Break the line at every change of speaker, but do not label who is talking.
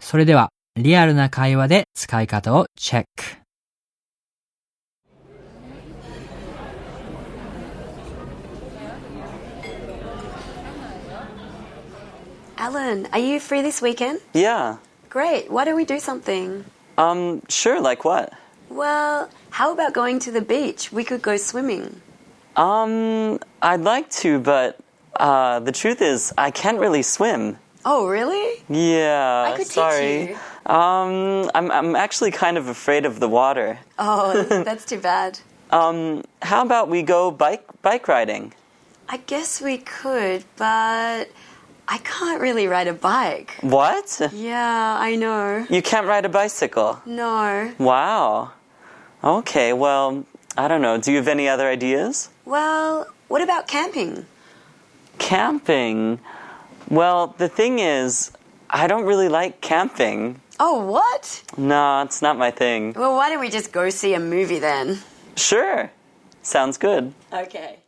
それでは、リアルな会話で使い方をチェック。
Alan, are you free this weekend?
Yeah.
Great. Why don't we do something?
Um, sure, like what?
Well, how about going to the beach? We could go swimming.
Um, I'd like to, but uh, the truth is, I can't really swim.
Oh, really?
Yeah.
I could teach
sorry.
you.
Um, I'm, I'm actually kind of afraid of the water.
Oh, that's too bad.
Um, how about we go bike bike riding?
I guess we could, but I can't really ride a bike.
What?
Yeah, I know.
You can't ride a bicycle.
No.
Wow. Okay, well, I don't know. Do you have any other ideas?
Well, what about camping?
Camping. Well, the thing is, I don't really like camping.
Oh, what?
No, it's not my thing.
Well, why don't we just go see a movie then?
Sure. Sounds good.
Okay.